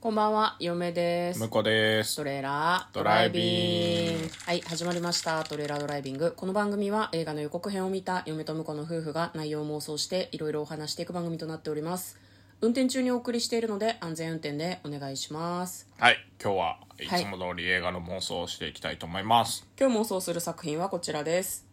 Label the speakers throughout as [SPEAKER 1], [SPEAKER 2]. [SPEAKER 1] こんばんは、嫁です
[SPEAKER 2] 向。こうです
[SPEAKER 1] トレーラード
[SPEAKER 2] ドライビング
[SPEAKER 1] はい、始まりました。トレーラードライビング。この番組は映画の予告編を見た嫁と婿の夫婦が内容を妄想していろいろお話していく番組となっております。運転中にお送りしているので安全運転でお願いします。
[SPEAKER 2] はい今日はいつも通り映画の妄想をしていきたいと思います、
[SPEAKER 1] 今日妄想する作品はこちらです。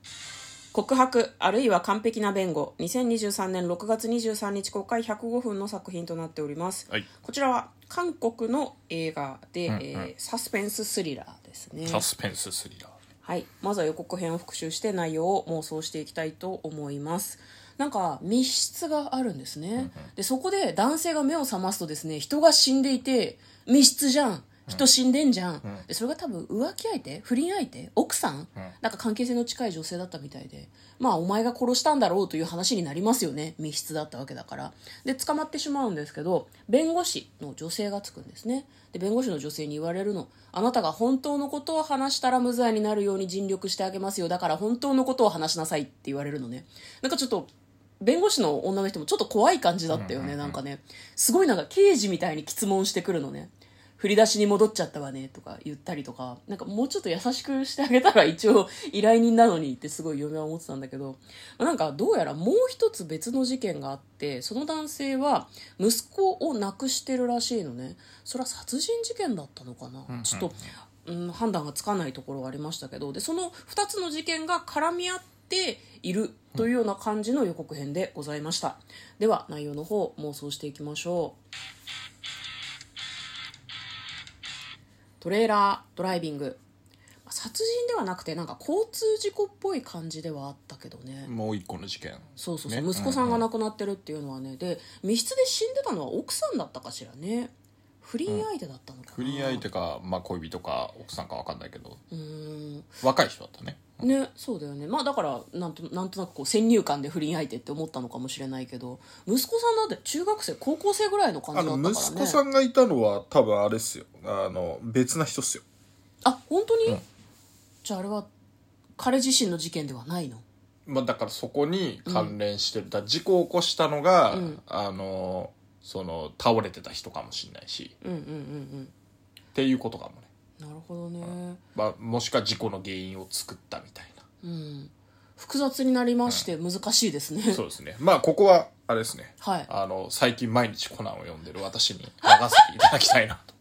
[SPEAKER 1] 告白あるいは完璧な弁護2023年6月23日公開105分の作品となっております、
[SPEAKER 2] はい
[SPEAKER 1] こちらは韓国の映画で、えーサスペンススリラーですね
[SPEAKER 2] サスペンススリラー
[SPEAKER 1] はい、まずは予告編を復習して内容を妄想していきたいと思いますなんか密室があるんですね、でそこで男性が目を覚ますとですね人が死んでいて密室じゃん人死んでんじゃん、でそれが多分浮気相手不倫相手奥さん、なんか関係性の近い女性だったみたいでまあお前が殺したんだろうという話になりますよね密室だったわけだからで捕まってしまうんですけど弁護士の女性がつくんですねで弁護士の女性に言われるのあなたが本当のことを話したら無罪になるように尽力してあげますよだから本当のことを話しなさいって言われるのねなんかちょっと弁護士の女の人もちょっと怖い感じだったよね、なんかねすごいなんか刑事みたいに質問してくるのね振り出しに戻っちゃったわねとか言ったりとかなんかもうちょっと優しくしてあげたら一応依頼人なのにってすごい嫁は思ってたんだけどなんかどうやらもう一つ別の事件があってその男性は息子を亡くしてるらしいのねそれは殺人事件だったのかな、ちょっと、うん、判断がつかないところがありましたけどでその2つの事件が絡み合っているというような感じの予告編でございましたでは内容の方妄想していきましょうトレーラードライビング殺人ではなくてなんか交通事故っぽい感じではあったけどね、
[SPEAKER 2] もう一個の事件
[SPEAKER 1] そうそうそう、
[SPEAKER 2] ね
[SPEAKER 1] 息子さんが亡くなってるっていうのはねで密室で死んでたのは奥さんだったかしらね不倫相手だったのかな、
[SPEAKER 2] 不倫相手か、まあ、恋人か奥さんか分かんないけど
[SPEAKER 1] うーん
[SPEAKER 2] 若い人だったね
[SPEAKER 1] ね、そうだよねまあだからなんとなんとなくこう先入観で不倫相手って思ったのかもしれないけど息子さんだって中学生高校生ぐらいの感
[SPEAKER 3] あ
[SPEAKER 1] じだった
[SPEAKER 3] の
[SPEAKER 1] からね
[SPEAKER 3] 息子さんがいたのは多分あれっすよあの別な人っすよ
[SPEAKER 1] あ本当に、じゃああれは彼自身の事件ではないの
[SPEAKER 2] まあ、だからそこに関連してる、だから事故を起こしたのが、
[SPEAKER 1] うん
[SPEAKER 2] あのその倒れてた人かもしれないし
[SPEAKER 1] うんうんうん
[SPEAKER 2] っていうことかもね、
[SPEAKER 1] うんなるほどね
[SPEAKER 2] まあ、もしくは事故の原因を作ったみたい
[SPEAKER 1] うん複雑になりまして難しいですね、
[SPEAKER 2] なそうですね
[SPEAKER 3] まあここはあれですね
[SPEAKER 1] はい
[SPEAKER 2] あの最近毎日コナンを読んでる私に任せていただきたいなと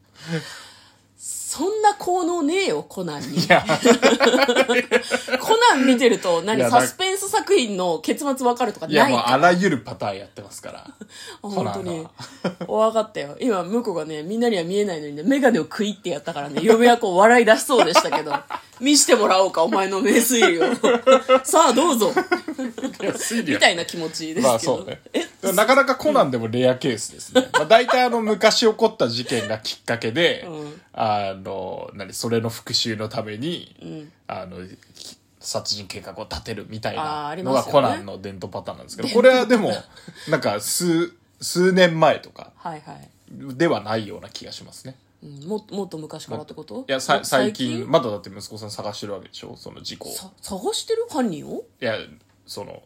[SPEAKER 1] そんな効能ねえよコナンに
[SPEAKER 2] や
[SPEAKER 1] コナン見てると何
[SPEAKER 2] いやだ
[SPEAKER 1] サスペンス作品の結末わかるとか
[SPEAKER 2] い や
[SPEAKER 1] ない
[SPEAKER 2] もう
[SPEAKER 1] か
[SPEAKER 2] あらゆるパターンやってますからコ
[SPEAKER 1] 本
[SPEAKER 2] ナ
[SPEAKER 1] 当
[SPEAKER 2] ン
[SPEAKER 1] に
[SPEAKER 2] は。
[SPEAKER 1] 分かったよ。今、向こうがね、みんなには見えないのにね、メガネを食いってやったからね、嫁はこう笑い出しそうでしたけ ど、見してもらおうか、お前の名推理を。 さあ、どうぞ。
[SPEAKER 2] いや推理
[SPEAKER 1] み
[SPEAKER 2] は
[SPEAKER 1] たいな気持ちですけど。
[SPEAKER 2] まあそうね。でもなかなかコナンでもレアケースですね。まあ大体あの昔起こった事件がきっかけで、
[SPEAKER 1] ん
[SPEAKER 2] あの、何、それの復讐のために、あの、き殺人計画を立てるみたい
[SPEAKER 1] あーあ
[SPEAKER 2] な
[SPEAKER 1] り
[SPEAKER 2] の
[SPEAKER 1] ま
[SPEAKER 2] が
[SPEAKER 1] すよね
[SPEAKER 2] コナンの伝統パターンなんですけど、これはでも、なんか数、数年前とか
[SPEAKER 1] はいはい、
[SPEAKER 2] ではないような気がしますね。
[SPEAKER 1] うんも。もっと昔からってこと
[SPEAKER 2] いや、さ
[SPEAKER 1] も
[SPEAKER 2] 最近、まだだって息子さん探してるわけでしょその事故を。
[SPEAKER 1] さ探してる犯人を
[SPEAKER 2] いや、その、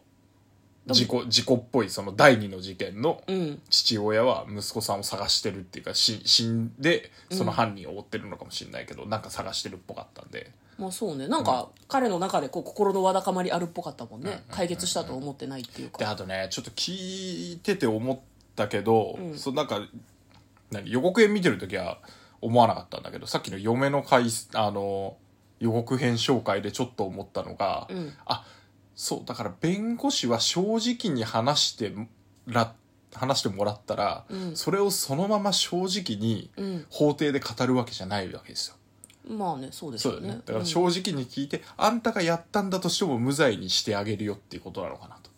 [SPEAKER 2] 事故、事故っぽい、その第二の事件の、
[SPEAKER 1] うん。
[SPEAKER 2] 父親は息子さんを探してるっていうかし死んでその犯人を追ってるのかもしれないけど、なんか探してるっぽかったんで
[SPEAKER 1] まあそうね。なんか、彼の中でこう心のわだかまりあるっぽかったもんね。解決したと思ってないっていう
[SPEAKER 2] で
[SPEAKER 1] か。
[SPEAKER 2] あとねちょっと聞いてて思ったけど、そのなんか何予告編見てる時は思わなかったんだけどさっきの嫁の回あの予告編紹介でちょっと思ったのが、
[SPEAKER 1] ん
[SPEAKER 2] あそうだから弁護士は正直に話してら話してもらったら、
[SPEAKER 1] ん
[SPEAKER 2] それをそのまま正直に
[SPEAKER 1] うん
[SPEAKER 2] 法廷で語るわけじゃないわけですよ。
[SPEAKER 1] まあね、そうです
[SPEAKER 2] そう
[SPEAKER 1] よね。
[SPEAKER 2] だよね。だから正直に聞いて、あんたがやったんだとしても無罪にしてあげるよっていうことなのかなと。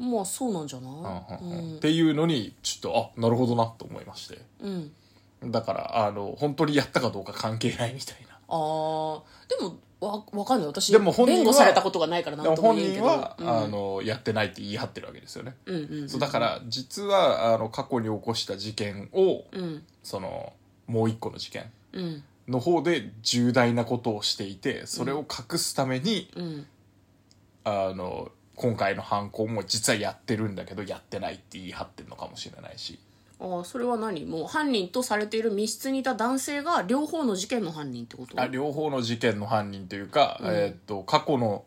[SPEAKER 1] うんまあそうなんじゃない、
[SPEAKER 2] うんうんうん
[SPEAKER 1] うん
[SPEAKER 2] っていうのに、ちょっと、あ、なるほどなと思いまして。
[SPEAKER 1] うん、
[SPEAKER 2] だから、あの、本当にやったかどうか関係ないみたいな。
[SPEAKER 1] あーでもわわかんない私
[SPEAKER 2] でも本人は
[SPEAKER 1] 弁護されたことがないから
[SPEAKER 2] で
[SPEAKER 1] 何
[SPEAKER 2] も
[SPEAKER 1] とも
[SPEAKER 2] 本
[SPEAKER 1] 言えんけ
[SPEAKER 2] 人
[SPEAKER 1] ど
[SPEAKER 2] は、
[SPEAKER 1] うん、
[SPEAKER 2] あの、やってないって言い張ってるわけですよね。
[SPEAKER 1] うんうんうん
[SPEAKER 2] そうだから、実は、あの、過去に起こした事件を、
[SPEAKER 1] うん
[SPEAKER 2] その、もう一個の事件
[SPEAKER 1] うん
[SPEAKER 2] の方で重大なことをしていて、それを隠すために、
[SPEAKER 1] うん
[SPEAKER 2] あの今回の犯行も実はやってるんだけどやってないって言い張ってるのかもしれないし
[SPEAKER 1] ああそれは何もう犯人とされている密室にいた男性が両方の事件の犯人ってこと
[SPEAKER 2] あ両方の事件の犯人というか、えーっと過去の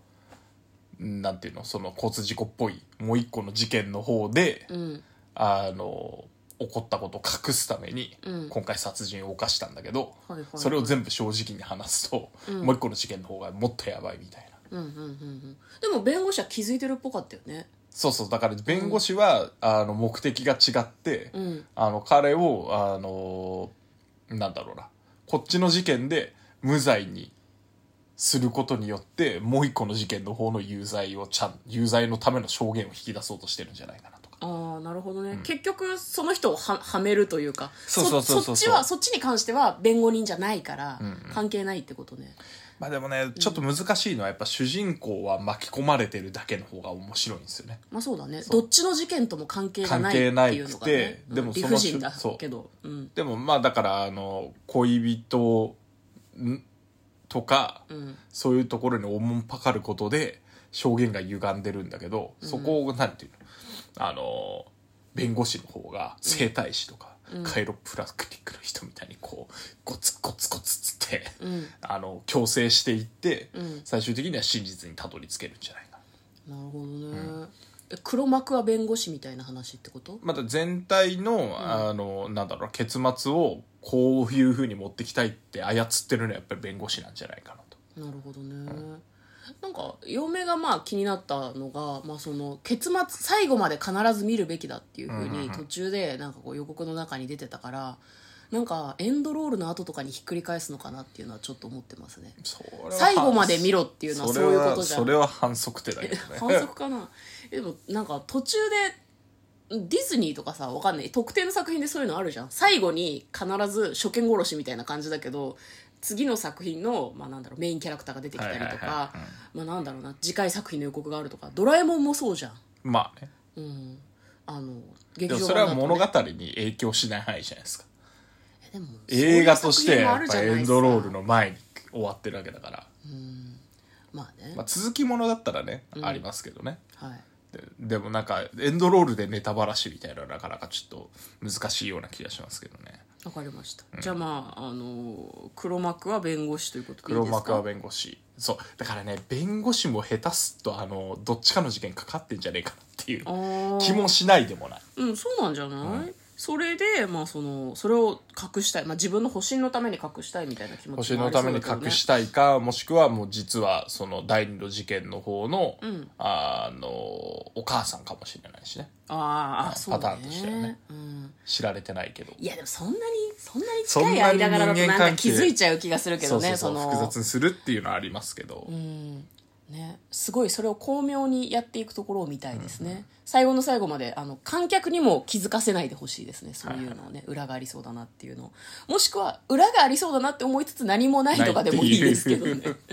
[SPEAKER 2] なんていうのその交通事故っぽいもう一個の事件の方で、
[SPEAKER 1] うん
[SPEAKER 2] あの起こったことを隠すために、
[SPEAKER 1] うん
[SPEAKER 2] 今回殺人を犯したんだけど、
[SPEAKER 1] はいはいはい
[SPEAKER 2] それを全部正直に話すと、もう一個の事件の方がもっとやばいみたいな
[SPEAKER 1] うんうんうんうんでも弁護士は気づいてるっぽかったよね
[SPEAKER 2] そうそうだから弁護士は、あの目的が違って、
[SPEAKER 1] うん
[SPEAKER 2] あの彼をあのなんだろうなこっちの事件で無罪にすることによってもう一個の事件の方の有罪をちゃん有罪のための証言を引き出そうとしてるんじゃないかなとか
[SPEAKER 1] ああなるほどね、結局その人をははめるというか
[SPEAKER 2] そうそうそうそう
[SPEAKER 1] そっちはそっちに関しては弁護人じゃないから、関係ないってことね
[SPEAKER 2] まあでもねちょっと難しいのはやっぱ主人公は巻き込まれてるだけの方が面白いんですよね
[SPEAKER 1] まあそうだねどっちの事件とも関係がないっていうのが、
[SPEAKER 2] 関係ない
[SPEAKER 1] ね
[SPEAKER 2] く、て
[SPEAKER 1] うん
[SPEAKER 2] でもそ
[SPEAKER 1] 理
[SPEAKER 2] の
[SPEAKER 1] 不尽だ
[SPEAKER 2] そう
[SPEAKER 1] けどうん
[SPEAKER 2] でもまあだからあの恋人んとか、
[SPEAKER 1] うん
[SPEAKER 2] そういうところにおもんぱかることで証言が歪んでるんだけど、そこをなんていうのあの弁護士の方が整体師とか、カイロプラクティックの人みたいにこうゴツゴツゴツつって、
[SPEAKER 1] うん
[SPEAKER 2] あの強制していって、
[SPEAKER 1] ん
[SPEAKER 2] 最終的には真実にたどり着けるんじゃないかな
[SPEAKER 1] なるほどね、え黒幕は弁護士みたいな話ってこと
[SPEAKER 2] また全体の,、あのなんだろう結末をこういうふうに持ってきたいって操ってるのはやっぱり弁護士なんじゃないかなと。
[SPEAKER 1] なるほどね、なんか嫁がまあ気になったのが、まあ、その結末最後まで必ず見るべきだっていうふうに途中でなんかこう予告の中に出てたからなんかエンドロールの後とかにひっくり返すのかなっていうのはちょっと思ってますね
[SPEAKER 2] それは
[SPEAKER 1] 最後まで見ろっていうのは
[SPEAKER 2] そ
[SPEAKER 1] そ
[SPEAKER 2] れ
[SPEAKER 1] ういう
[SPEAKER 2] は
[SPEAKER 1] ことじゃん
[SPEAKER 2] それは反則手だけどね
[SPEAKER 1] 反則かな でもなんか途中でディズニーとかさわかんない特定の作品でそういうのあるじゃん最後に必ず初見殺しみたいな感じだけど次の作品の、まあ、なんだろうメインキャラクターが出てきたりと
[SPEAKER 2] はいはい
[SPEAKER 1] か
[SPEAKER 2] は
[SPEAKER 1] まあなんだろうな次回作品の予告があるとか「ドラえもん」もそうじゃん、
[SPEAKER 2] まあね
[SPEAKER 1] うん、あの
[SPEAKER 2] で
[SPEAKER 1] 劇
[SPEAKER 2] も
[SPEAKER 1] 場
[SPEAKER 2] そ
[SPEAKER 1] 版だ
[SPEAKER 2] れは
[SPEAKER 1] と
[SPEAKER 2] 物語に影響しない範囲じゃないですか
[SPEAKER 1] えでも
[SPEAKER 2] 映画として
[SPEAKER 1] そう
[SPEAKER 2] や
[SPEAKER 1] い
[SPEAKER 2] っ
[SPEAKER 1] う
[SPEAKER 2] ぱ
[SPEAKER 1] 作品もあるじゃない
[SPEAKER 2] エンドロールの前に終わってるわけだから、
[SPEAKER 1] まあね、
[SPEAKER 2] まあ、続きものだったらね、ありますけどね
[SPEAKER 1] はい
[SPEAKER 2] ででもなんかエンドロールでネタばらしみたいなのはなかなかちょっと難しいような気がしますけどね
[SPEAKER 1] わかりました、じゃあまああの黒幕は弁護士ということでいい
[SPEAKER 2] 黒
[SPEAKER 1] ですか
[SPEAKER 2] 幕は弁護士そうだからね弁護士も下手すっとあのどっちかの事件かかってんじゃねえかなっていう
[SPEAKER 1] あー
[SPEAKER 2] 気もしないでもない
[SPEAKER 1] うんそうなんじゃない、それで、まあ、そのそれを隠したい、まあ、自分の保身のために隠したいみたいな気持ち
[SPEAKER 2] 星
[SPEAKER 1] もあ
[SPEAKER 2] の
[SPEAKER 1] りそ
[SPEAKER 2] た
[SPEAKER 1] うだ
[SPEAKER 2] めに
[SPEAKER 1] けどね
[SPEAKER 2] 隠したいかもしくはもう実はその第二の事件の方の、
[SPEAKER 1] ん
[SPEAKER 2] あのお母さんかもしれないしね
[SPEAKER 1] あーあそうだ
[SPEAKER 2] パターンとしてはね
[SPEAKER 1] うん、
[SPEAKER 2] 知られてないけど
[SPEAKER 1] いやでもそんなにそんなに近い間柄だと
[SPEAKER 2] そんなに人
[SPEAKER 1] な
[SPEAKER 2] 間
[SPEAKER 1] ん
[SPEAKER 2] 関係
[SPEAKER 1] か気づいちゃう気がするけ
[SPEAKER 2] そ
[SPEAKER 1] ど
[SPEAKER 2] うそ
[SPEAKER 1] ね
[SPEAKER 2] うそう
[SPEAKER 1] の
[SPEAKER 2] 複雑にするっていうのはありますけど、
[SPEAKER 1] うんね、すごいそれを巧妙にやっていくところを見たいですね、最後の最後まであの観客にも気づかせないでほしいですねそういうのをね、裏がありそうだなっていうのをもしくは裏がありそうだなって思いつつ何もないとかでもいいですけどね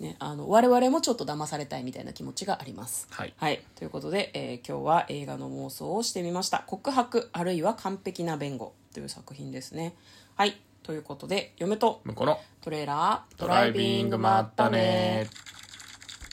[SPEAKER 1] ねあの我々もちょっと騙されたいみたいな気持ちがあります
[SPEAKER 2] はい
[SPEAKER 1] ということで、えー今日は映画の妄想をしてみました「告白あるいは完璧な弁護」という作品ですねはいということで嫁と
[SPEAKER 2] 向こうの
[SPEAKER 1] トレーラード
[SPEAKER 2] ドライビングまったね